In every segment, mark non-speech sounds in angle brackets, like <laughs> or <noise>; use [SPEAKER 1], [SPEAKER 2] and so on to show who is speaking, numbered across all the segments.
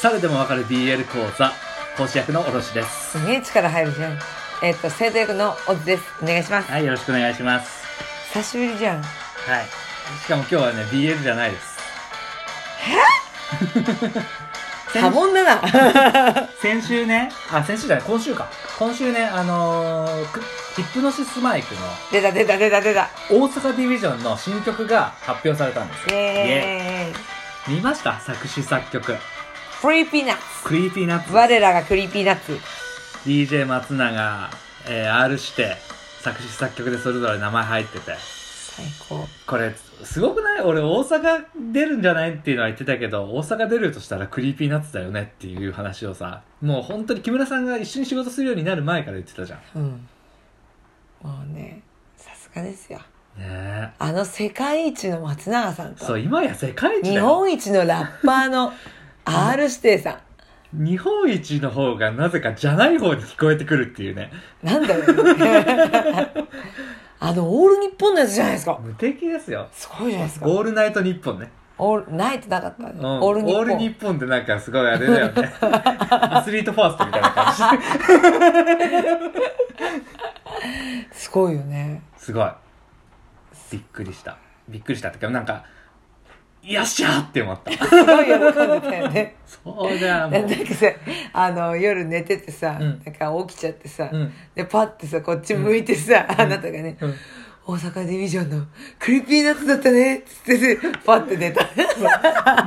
[SPEAKER 1] 猿でもわかる BL 講座講師役のおろしです
[SPEAKER 2] すげえ力入るじゃん。えっと、生徒役のおずです。お願いします。
[SPEAKER 1] はいよろしくお願いします
[SPEAKER 2] 久しぶりじゃん。
[SPEAKER 1] はいしかも今日はね BL じゃないですえ
[SPEAKER 2] 波紋だな。
[SPEAKER 1] 先週ねあ先週じゃない今週か今週ねあのーくヒップノシスマイク
[SPEAKER 2] 出た出た出た出た。
[SPEAKER 1] の大阪ディビジョンの新曲が発表されたんですよ
[SPEAKER 2] イエーイ。
[SPEAKER 1] 見ました作詞作曲
[SPEAKER 2] クリーピーナッ
[SPEAKER 1] クリーピーナッ
[SPEAKER 2] ツ。
[SPEAKER 1] ツ
[SPEAKER 2] 我らがクリーピーナッツ。
[SPEAKER 1] DJ 松永、えー、R して作詞作曲でそれぞれ名前入ってて
[SPEAKER 2] 最高。
[SPEAKER 1] これすごくない俺大阪出るんじゃないっていうのは言ってたけど大阪出るとしたらクリーピーナッツだよねっていう話をさもう本当に木村さんが一緒に仕事するようになる前から言ってたじゃんね
[SPEAKER 2] うん。もうね、さすがですよ。
[SPEAKER 1] え
[SPEAKER 2] あの世界一の松永さんと。
[SPEAKER 1] そう今や世界一だ
[SPEAKER 2] 日
[SPEAKER 1] よ
[SPEAKER 2] 本一のラッパーの R 指定さ
[SPEAKER 1] 日本一の方がなぜかじゃない方に聞こえてくるっていうね
[SPEAKER 2] ん。なんだろうね。あの、オール日本のやつじゃないですか。
[SPEAKER 1] 無敵ですよ
[SPEAKER 2] すごいじゃないですか。
[SPEAKER 1] オールナイトニッポンね
[SPEAKER 2] オール、ナイトなかったね。
[SPEAKER 1] うん
[SPEAKER 2] オール日
[SPEAKER 1] オール
[SPEAKER 2] 本。
[SPEAKER 1] 日本ってなんかすごいあれだよ <laughs> ねアスリートファーストみたいな感じ
[SPEAKER 2] すごいよね。
[SPEAKER 1] すごい。びっくりした。びっくりしたってか、なんか、よっしゃーって思った。
[SPEAKER 2] すごい喜んでたよね。
[SPEAKER 1] そうじゃん、
[SPEAKER 2] な
[SPEAKER 1] も
[SPEAKER 2] ん
[SPEAKER 1] う
[SPEAKER 2] か。さ、あの、夜寝ててさ、
[SPEAKER 1] うん
[SPEAKER 2] なんか起きちゃってさ、
[SPEAKER 1] うん
[SPEAKER 2] で、パッてさ、こっち向いてさ、あなたがね、
[SPEAKER 1] うん
[SPEAKER 2] 大阪ディビジョンのクリーピーナッツだったねっつってて、パッて出た。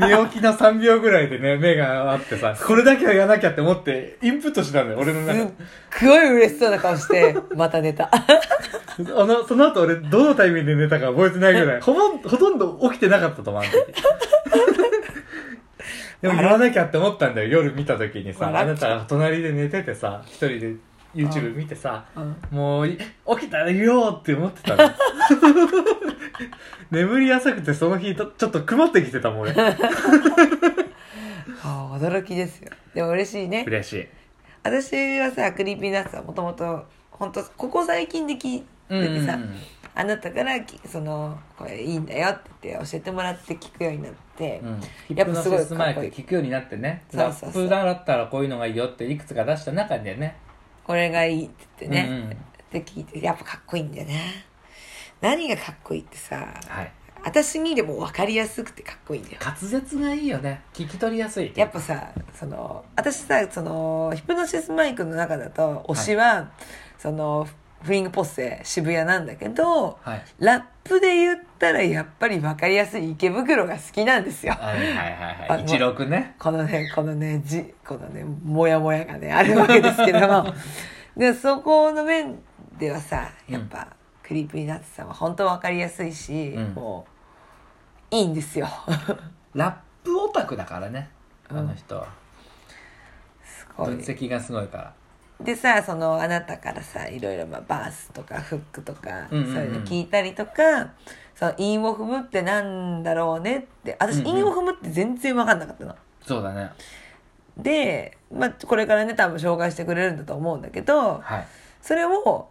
[SPEAKER 1] 寝起きの3秒ぐらいでね、目があってさ、これだけはやらなきゃって思って、インプットしてたんだよ、俺の中
[SPEAKER 2] すっ
[SPEAKER 1] で。
[SPEAKER 2] ごい嬉しそうな顔して、また寝た。
[SPEAKER 1] あの、その後俺、どのタイミングで寝たか覚えてないぐらい。ほぼん、ほとんど起きてなかったと思う、あの時でも言わなきゃって思ったんだよ、夜見た時にさ、あ
[SPEAKER 2] 笑
[SPEAKER 1] な
[SPEAKER 2] っちゃ
[SPEAKER 1] たが隣で寝ててさ、一人で YouTube 見てさ、
[SPEAKER 2] うん
[SPEAKER 1] もうい、起きたら言おうって思ってたの。 <laughs> 眠り浅くてその日と、ちょっと曇ってきてたもん、俺。
[SPEAKER 2] ああ驚きですよ。でも嬉しいね。
[SPEAKER 1] 嬉しい。
[SPEAKER 2] 私はさ、クリーピーナッツはもともと、本当ここ最近で聞いててさ、
[SPEAKER 1] うん
[SPEAKER 2] あなたからき、その、これいいんだよって言って教えてもらって聞くようになって、
[SPEAKER 1] うん、
[SPEAKER 2] やっぱすご
[SPEAKER 1] ヒプノ
[SPEAKER 2] い
[SPEAKER 1] シスマイク
[SPEAKER 2] かっこい
[SPEAKER 1] で
[SPEAKER 2] い
[SPEAKER 1] 聞くようになってね
[SPEAKER 2] そう
[SPEAKER 1] ラ
[SPEAKER 2] そう
[SPEAKER 1] ッ
[SPEAKER 2] そう
[SPEAKER 1] プだったらこういうのがいいよっていくつか出した中でね
[SPEAKER 2] これがいいって言ってね、
[SPEAKER 1] うんうん
[SPEAKER 2] って聞いて、やっぱかっこいいんだよね。何がかっこいいってさ、
[SPEAKER 1] はい
[SPEAKER 2] 私にでも分かりやすくてかっこいいんだよ。
[SPEAKER 1] 滑舌がいいよね聞き取りやすい
[SPEAKER 2] やっぱさ、その、私さ、その、ヒプノシスマイクの中だと、推しは、その、フリングポッセ渋谷なんだけど、
[SPEAKER 1] はい
[SPEAKER 2] ラップで言ったらやっぱり分かりやすい池袋が好きなんですよ。
[SPEAKER 1] はいはいはい
[SPEAKER 2] あ
[SPEAKER 1] はい一六ね
[SPEAKER 2] このね、このね、じ、このね、もやもやがね、あるわけですけ
[SPEAKER 1] <laughs>
[SPEAKER 2] ども。で、そこの面ではさ、やっぱ、クリーピーナッツさんは本当分かりやすいし、
[SPEAKER 1] うん
[SPEAKER 2] もう、いいんですよ。 <laughs>
[SPEAKER 1] ラップオタクだからねあの人は
[SPEAKER 2] すご
[SPEAKER 1] 分
[SPEAKER 2] い。
[SPEAKER 1] 析がすごいから
[SPEAKER 2] でさ、その、あなたからさ、いろいろ、まあ、バースとか、フックとか、
[SPEAKER 1] うんうんうん
[SPEAKER 2] そういうの聞いたりとか、その、韻を踏むってなんだろうねって、私、
[SPEAKER 1] うんうん
[SPEAKER 2] 韻を踏むって全然分かんなかったの。
[SPEAKER 1] そうだね
[SPEAKER 2] で、まあ、これからね多分紹介してくれるんだと思うんだけど
[SPEAKER 1] はい
[SPEAKER 2] それを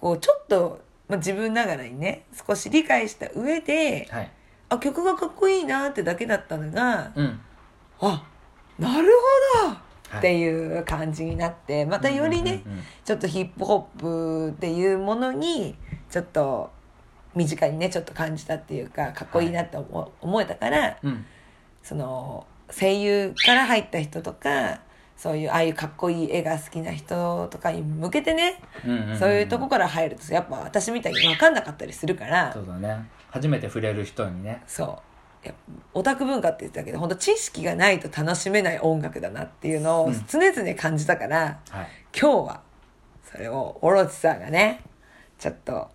[SPEAKER 2] こうちょっと、まあ、自分ながらにね少し理解した上で
[SPEAKER 1] はい
[SPEAKER 2] あ曲がかっこいいなってだけだったのが
[SPEAKER 1] うん
[SPEAKER 2] あなるほどっていう感じになってまたよりね
[SPEAKER 1] うんうんうんうん
[SPEAKER 2] ちょっとヒップホップっていうものにちょっと身近にねちょっと感じたっていうかかっこいいなって思,、思えたから
[SPEAKER 1] うん
[SPEAKER 2] その声優から入った人とかそういうああいうかっこいい絵が好きな人とかに向けてね、
[SPEAKER 1] うんんんん
[SPEAKER 2] そういうとこから入るとやっぱ私みたいに分かんなかったりするから
[SPEAKER 1] そうだね初めて触れる人にね
[SPEAKER 2] そうやっぱオタク文化って言ってたけど本当知識がないと楽しめない音楽だなっていうの
[SPEAKER 1] う
[SPEAKER 2] を
[SPEAKER 1] ん
[SPEAKER 2] 常々感じたから、
[SPEAKER 1] はい
[SPEAKER 2] 今日はそれをオロチさんがねちょっと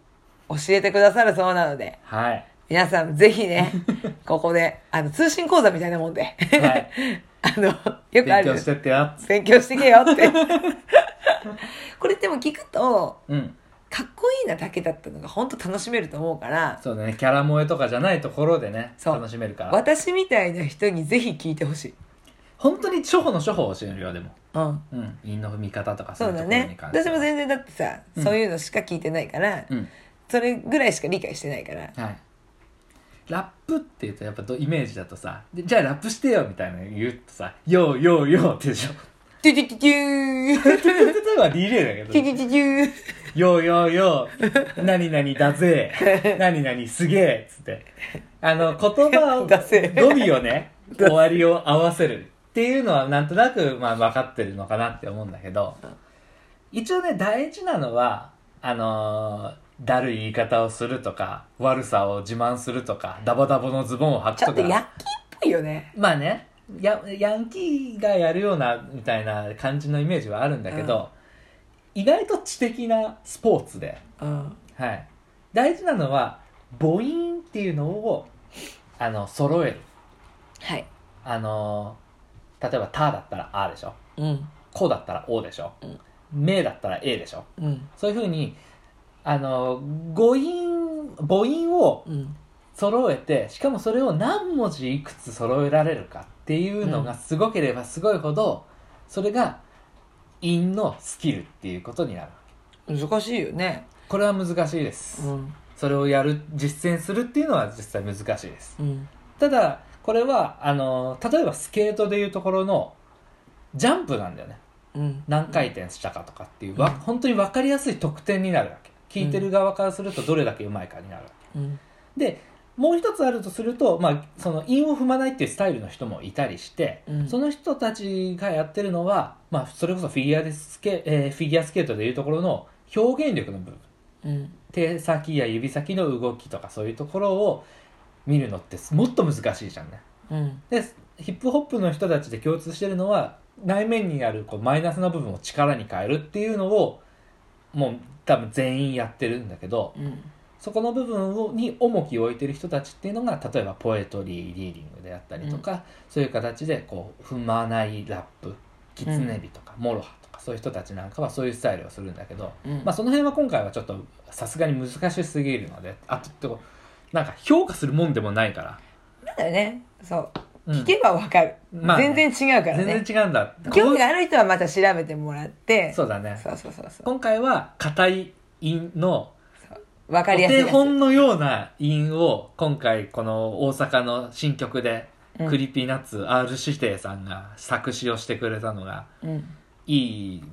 [SPEAKER 2] 教えてくださるそうなので
[SPEAKER 1] はい
[SPEAKER 2] 皆さんぜ
[SPEAKER 1] <laughs>
[SPEAKER 2] ひねここであの通信講座みたいなもんで、
[SPEAKER 1] い
[SPEAKER 2] <laughs> あのよくあ
[SPEAKER 1] 勉
[SPEAKER 2] る
[SPEAKER 1] 強してってや
[SPEAKER 2] 勉強してけよって
[SPEAKER 1] <laughs>
[SPEAKER 2] これでも聞くと
[SPEAKER 1] うん
[SPEAKER 2] かっこいいなだけだったのが本当楽しめると思うから
[SPEAKER 1] そうだねキャラ萌えとかじゃないところでね
[SPEAKER 2] そう
[SPEAKER 1] 楽しめるから
[SPEAKER 2] 私みたいな人にぜひ聞いてほしい、
[SPEAKER 1] 本当に初歩の初歩を教えるよでも
[SPEAKER 2] うん、
[SPEAKER 1] うん韻の踏み方とか
[SPEAKER 2] そう
[SPEAKER 1] い
[SPEAKER 2] だ
[SPEAKER 1] ところに
[SPEAKER 2] ね
[SPEAKER 1] 関しては
[SPEAKER 2] 私も全然だってさ、
[SPEAKER 1] うん
[SPEAKER 2] そういうのしか聞いてないから、
[SPEAKER 1] うん
[SPEAKER 2] それぐらいしか理解してないから
[SPEAKER 1] はいラップっていうとやっぱどイメージだとさでじゃあラップしてよみたいなの言うとさ「よーよーよー」ってで
[SPEAKER 2] <laughs>
[SPEAKER 1] しょ
[SPEAKER 2] トゥトゥトゥトゥー
[SPEAKER 1] 例えば DJ だ
[SPEAKER 2] トゥ
[SPEAKER 1] け
[SPEAKER 2] ト
[SPEAKER 1] ど
[SPEAKER 2] ゥトゥトゥ
[SPEAKER 1] 「
[SPEAKER 2] ー
[SPEAKER 1] よーよーよー何々だぜ
[SPEAKER 2] <laughs>
[SPEAKER 1] 何々すげえ」っつってあの言葉を
[SPEAKER 2] <laughs> だぜ
[SPEAKER 1] 語尾を
[SPEAKER 2] <laughs>
[SPEAKER 1] ね終わりを合わせるっていうのはなんとなくまあ分かってるのかなって思うんだけど一応ね大事なのはあのーだるい言い方をするとか悪さを自慢するとかダボダボのズボンを履く
[SPEAKER 2] ち
[SPEAKER 1] と
[SPEAKER 2] ょ
[SPEAKER 1] か
[SPEAKER 2] っとヤンキーっぽいよね
[SPEAKER 1] まあねやヤンキーがやるようなみたいな感じのイメージはあるんだけど、意外と知的なスポーツで、
[SPEAKER 2] うん
[SPEAKER 1] はい、大事なのは母音っていうのをあの揃える
[SPEAKER 2] はい
[SPEAKER 1] あの例えば「た」だったら「あ」でしょ
[SPEAKER 2] うん
[SPEAKER 1] 「こ」だったら「お」でしょ
[SPEAKER 2] うん
[SPEAKER 1] 「め」だったら「え」でしょ
[SPEAKER 2] うん
[SPEAKER 1] そういうふうにあの語音母音を
[SPEAKER 2] うん
[SPEAKER 1] 揃えてしかもそれを何文字いくつ揃えられるかっていうのがすごければすごいほど、それが韻のスキルっていうことになる
[SPEAKER 2] 難しいよね
[SPEAKER 1] これは難しいです、
[SPEAKER 2] うん
[SPEAKER 1] それをやる実践するっていうのは実際難しいです
[SPEAKER 2] うん
[SPEAKER 1] ただこれはあの例えばスケートでいうところのジャンプなんだよね
[SPEAKER 2] うん
[SPEAKER 1] 何回転したかとかっていう、わ
[SPEAKER 2] うん
[SPEAKER 1] 本当に分かりやすい得点になるわけ聞いてる側からするとどれだけうまいかになるわけ
[SPEAKER 2] うん
[SPEAKER 1] でもう一つあるとすると、まあ、その韻を踏まないっていうスタイルの人もいたりして、
[SPEAKER 2] うん
[SPEAKER 1] その人たちがやってるのは、まあ、それこそフィギュアでスケ、えーフィギュアスケートでいうところの表現力の部分
[SPEAKER 2] うん
[SPEAKER 1] 手先や指先の動きとかそういうところを見るのってもっと難しいじゃんね
[SPEAKER 2] うん
[SPEAKER 1] でヒップホップの人たちで共通してるのは内面にあるこうマイナスの部分を力に変えるっていうのをもう多分全員やってるんだけど、
[SPEAKER 2] うん
[SPEAKER 1] そこの部分をに重きを置いてる人たちっていうのが例えばポエトリーリーディングであったりとか、そういう形でこう踏まないラップキツネビとか、モロハとかそういう人たちなんかはそういうスタイルをするんだけど、
[SPEAKER 2] うん
[SPEAKER 1] まあ、その辺は今回はちょっとさすがに難しすぎるのであとってこうなんか評価するもんでもないから、
[SPEAKER 2] なんだよねそう
[SPEAKER 1] うん
[SPEAKER 2] 聞けばわかる、
[SPEAKER 1] まあね
[SPEAKER 2] 全然違うからね
[SPEAKER 1] 全然違うんだ
[SPEAKER 2] 興味
[SPEAKER 1] こ
[SPEAKER 2] がある人はまた調べてもらって
[SPEAKER 1] うそうだね
[SPEAKER 2] そうそうそうそう
[SPEAKER 1] 今回は硬い韻の
[SPEAKER 2] わか
[SPEAKER 1] お
[SPEAKER 2] りやすい
[SPEAKER 1] 手
[SPEAKER 2] やつ
[SPEAKER 1] 本のような韻を今回この大阪の新曲で
[SPEAKER 2] うん
[SPEAKER 1] クリーピーナッツ R 指定さんが作詞をしてくれたのが
[SPEAKER 2] うん
[SPEAKER 1] いい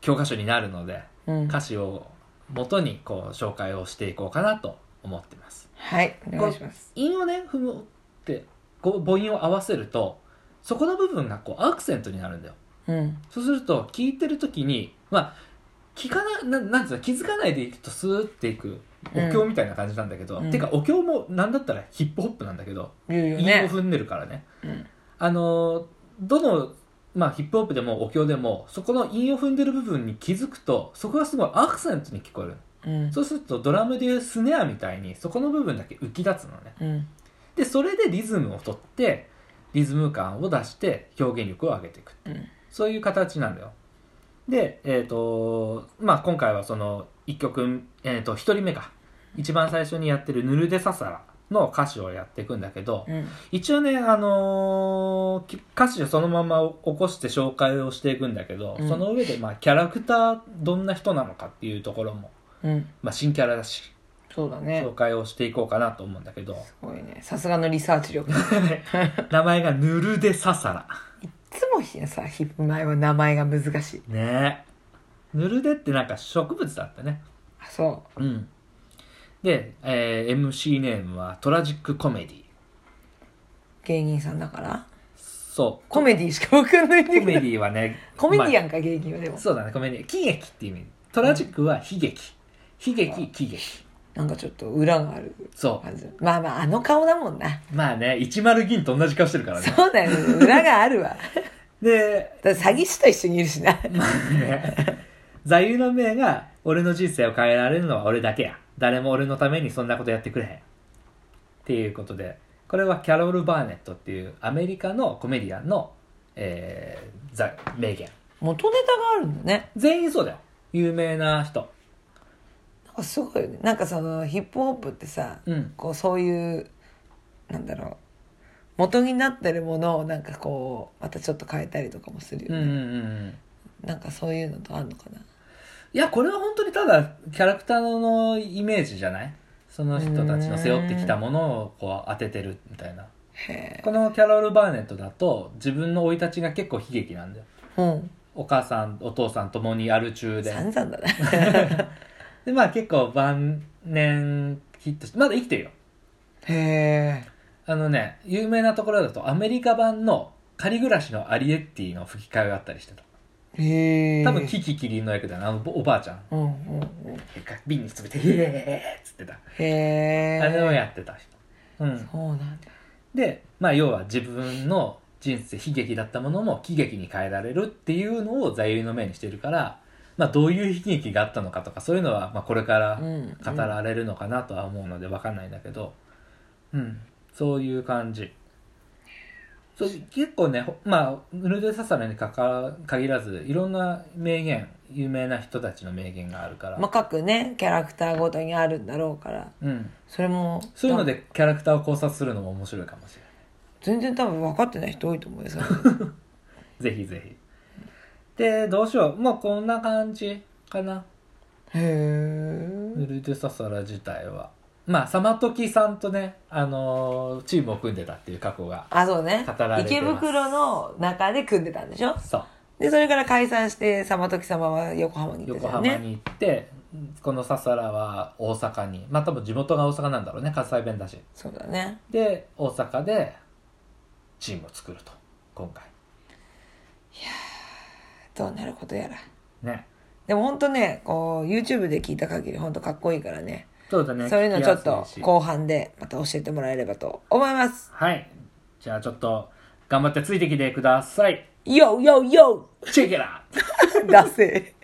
[SPEAKER 1] 教科書になるので
[SPEAKER 2] うん
[SPEAKER 1] 歌詞を元にこう紹介をしていこうかなと思ってます
[SPEAKER 2] はいお願いします
[SPEAKER 1] 韻をね踏むってこう母音を合わせるとそこの部分がこうアクセントになるんだよ
[SPEAKER 2] うん
[SPEAKER 1] そうすると聞いてる時にまあ聞かなななんつうの気づかないでいくとスーっていくお経みたいな感じなんだけど、
[SPEAKER 2] うん
[SPEAKER 1] てかお経もなんだったらヒップホップなんだけど
[SPEAKER 2] 言うよ
[SPEAKER 1] 韻を
[SPEAKER 2] ね
[SPEAKER 1] 踏んでるからね
[SPEAKER 2] うん
[SPEAKER 1] あのどの、まあ、ヒップホップでもお経でもそこの韻を踏んでる部分に気づくとそこがすごいアクセントに聞こえる
[SPEAKER 2] うん
[SPEAKER 1] そうするとドラムでいうスネアみたいにそこの部分だけ浮き立つのね
[SPEAKER 2] うん
[SPEAKER 1] でそれでリズムを取ってリズム感を出して表現力を上げていく
[SPEAKER 2] うん
[SPEAKER 1] そういう形なんだよでえっ、とまあ今回はその1曲、えー、と1人目か一番最初にやってる「ぬるでささら」の歌詞をやっていくんだけど、
[SPEAKER 2] うん
[SPEAKER 1] 一応ね、あのーき歌詞をそのまま起こして紹介をしていくんだけど、
[SPEAKER 2] うん
[SPEAKER 1] その上で、まあ、キャラクターどんな人なのかっていうところも、
[SPEAKER 2] うん
[SPEAKER 1] まあ、新キャラだし
[SPEAKER 2] そうだね
[SPEAKER 1] 紹介をしていこうかなと思うんだけど
[SPEAKER 2] すごいねさすがのリサーチ力い
[SPEAKER 1] 名前が「ぬるでささら
[SPEAKER 2] つもひさヒップ前は名前が難しい」
[SPEAKER 1] ねえぬるでってなんか植物だったね
[SPEAKER 2] あそ
[SPEAKER 1] うんで、えー MC ネームはトラジックコメディ
[SPEAKER 2] う芸人さんだから
[SPEAKER 1] そう
[SPEAKER 2] コメディしかわかんないんだ
[SPEAKER 1] コ
[SPEAKER 2] け
[SPEAKER 1] メデ
[SPEAKER 2] ど
[SPEAKER 1] ィはね
[SPEAKER 2] <laughs> コメディ
[SPEAKER 1] ン
[SPEAKER 2] アンか芸人はでも
[SPEAKER 1] そうだねコメディ喜劇っていう意味トラジックは悲劇悲劇喜劇
[SPEAKER 2] なんかちょっと裏がある
[SPEAKER 1] そう
[SPEAKER 2] 感じまあまああの顔だもんな
[SPEAKER 1] まあね、10銀と同じ顔してるからね。
[SPEAKER 2] そうだよね裏があるわ
[SPEAKER 1] で、
[SPEAKER 2] だって詐欺師と一緒にいるしな。
[SPEAKER 1] まあね、 <laughs> 座右の銘が、俺の人生を変えられるのは俺だけや。誰も俺のためにそんなことやってくれへん。っていうことで、これはキャロル・バーネットっていうアメリカのコメディアンの、えー、座名言。
[SPEAKER 2] 元ネタがあるんだね。
[SPEAKER 1] 全員そうだよ。有名な人。
[SPEAKER 2] なんかすごいよね。なんかそのヒップホップってさ、
[SPEAKER 1] うん
[SPEAKER 2] こうそういう、なんだろう。元になってるものをなんかこう、またちょっと変えたりとかもする
[SPEAKER 1] うん
[SPEAKER 2] よ
[SPEAKER 1] うん
[SPEAKER 2] ね。
[SPEAKER 1] うん。
[SPEAKER 2] なんかそういうのとあんのかな。
[SPEAKER 1] いや、これは本当にただ、キャラクターのイメージじゃないその人たちの背負ってきたものをこう当ててるみたいな
[SPEAKER 2] へえ
[SPEAKER 1] このキャロル・バーネットだと自分の生い立ちが結構悲劇なんだよ
[SPEAKER 2] うん
[SPEAKER 1] お母さんお父さんともにある中で
[SPEAKER 2] 散々だな
[SPEAKER 1] <laughs> でまあ結構晩年ヒットしてまだ生きてるよ
[SPEAKER 2] <laughs> へえ
[SPEAKER 1] あのね有名なところだとアメリカ版の仮暮らしのアリエッティの吹き替えがあったりしてた
[SPEAKER 2] へえ
[SPEAKER 1] 多分キキキリンの役だなあのおばあちゃん
[SPEAKER 2] うんうんうん
[SPEAKER 1] 瓶に詰めて「へえ!」っつってた
[SPEAKER 2] へえ
[SPEAKER 1] あれをやってた人うん
[SPEAKER 2] そうなんだ
[SPEAKER 1] でまあ要は自分の人生悲劇だったものも喜劇に変えられるっていうのを座右の銘にしてるからまあどういう悲劇があったのかとかそういうのはまあこれから
[SPEAKER 2] うん
[SPEAKER 1] 語られるのかなとは思うので分かんないんだけどうんそういう感じそう結構ねほまあヌルデササラにかか限らずいろんな名言有名な人たちの名言があるから、
[SPEAKER 2] まあ各ねキャラクターごとにあるんだろうから
[SPEAKER 1] うん、
[SPEAKER 2] それも
[SPEAKER 1] そういうのでキャラクターを考察するのも面白いかもしれない
[SPEAKER 2] 全然多分分かってない人多いと思うよそれ
[SPEAKER 1] ぜひぜひでどうしようまあこんな感じかな
[SPEAKER 2] へ
[SPEAKER 1] ヌ
[SPEAKER 2] え
[SPEAKER 1] ルデササラ自体はまあサマトキさんとねあのーチームを組んでたっていう過去が
[SPEAKER 2] あそうね
[SPEAKER 1] 語られて
[SPEAKER 2] 池
[SPEAKER 1] ます
[SPEAKER 2] 袋の中で組んでたんでしょ
[SPEAKER 1] そう
[SPEAKER 2] でそれから解散してサマトキ様は横浜に行って
[SPEAKER 1] 横
[SPEAKER 2] たよ
[SPEAKER 1] 浜
[SPEAKER 2] ね
[SPEAKER 1] に行って、このササラは大阪にまあ多分地元が大阪なんだろうね関西弁だし
[SPEAKER 2] そうだね
[SPEAKER 1] で大阪でチームを作ると今回
[SPEAKER 2] どうなることやら
[SPEAKER 1] ね
[SPEAKER 2] でも本当ねこう YouTube で聞いた限り本当かっこいいからね
[SPEAKER 1] そうだね
[SPEAKER 2] そういうのちょっ
[SPEAKER 1] 聞きや
[SPEAKER 2] と
[SPEAKER 1] すいし
[SPEAKER 2] 後半でまた教えてもらえればと思います
[SPEAKER 1] はいじゃあちょっと頑張ってついてきてください
[SPEAKER 2] よよよ
[SPEAKER 1] チェケラ
[SPEAKER 2] だせ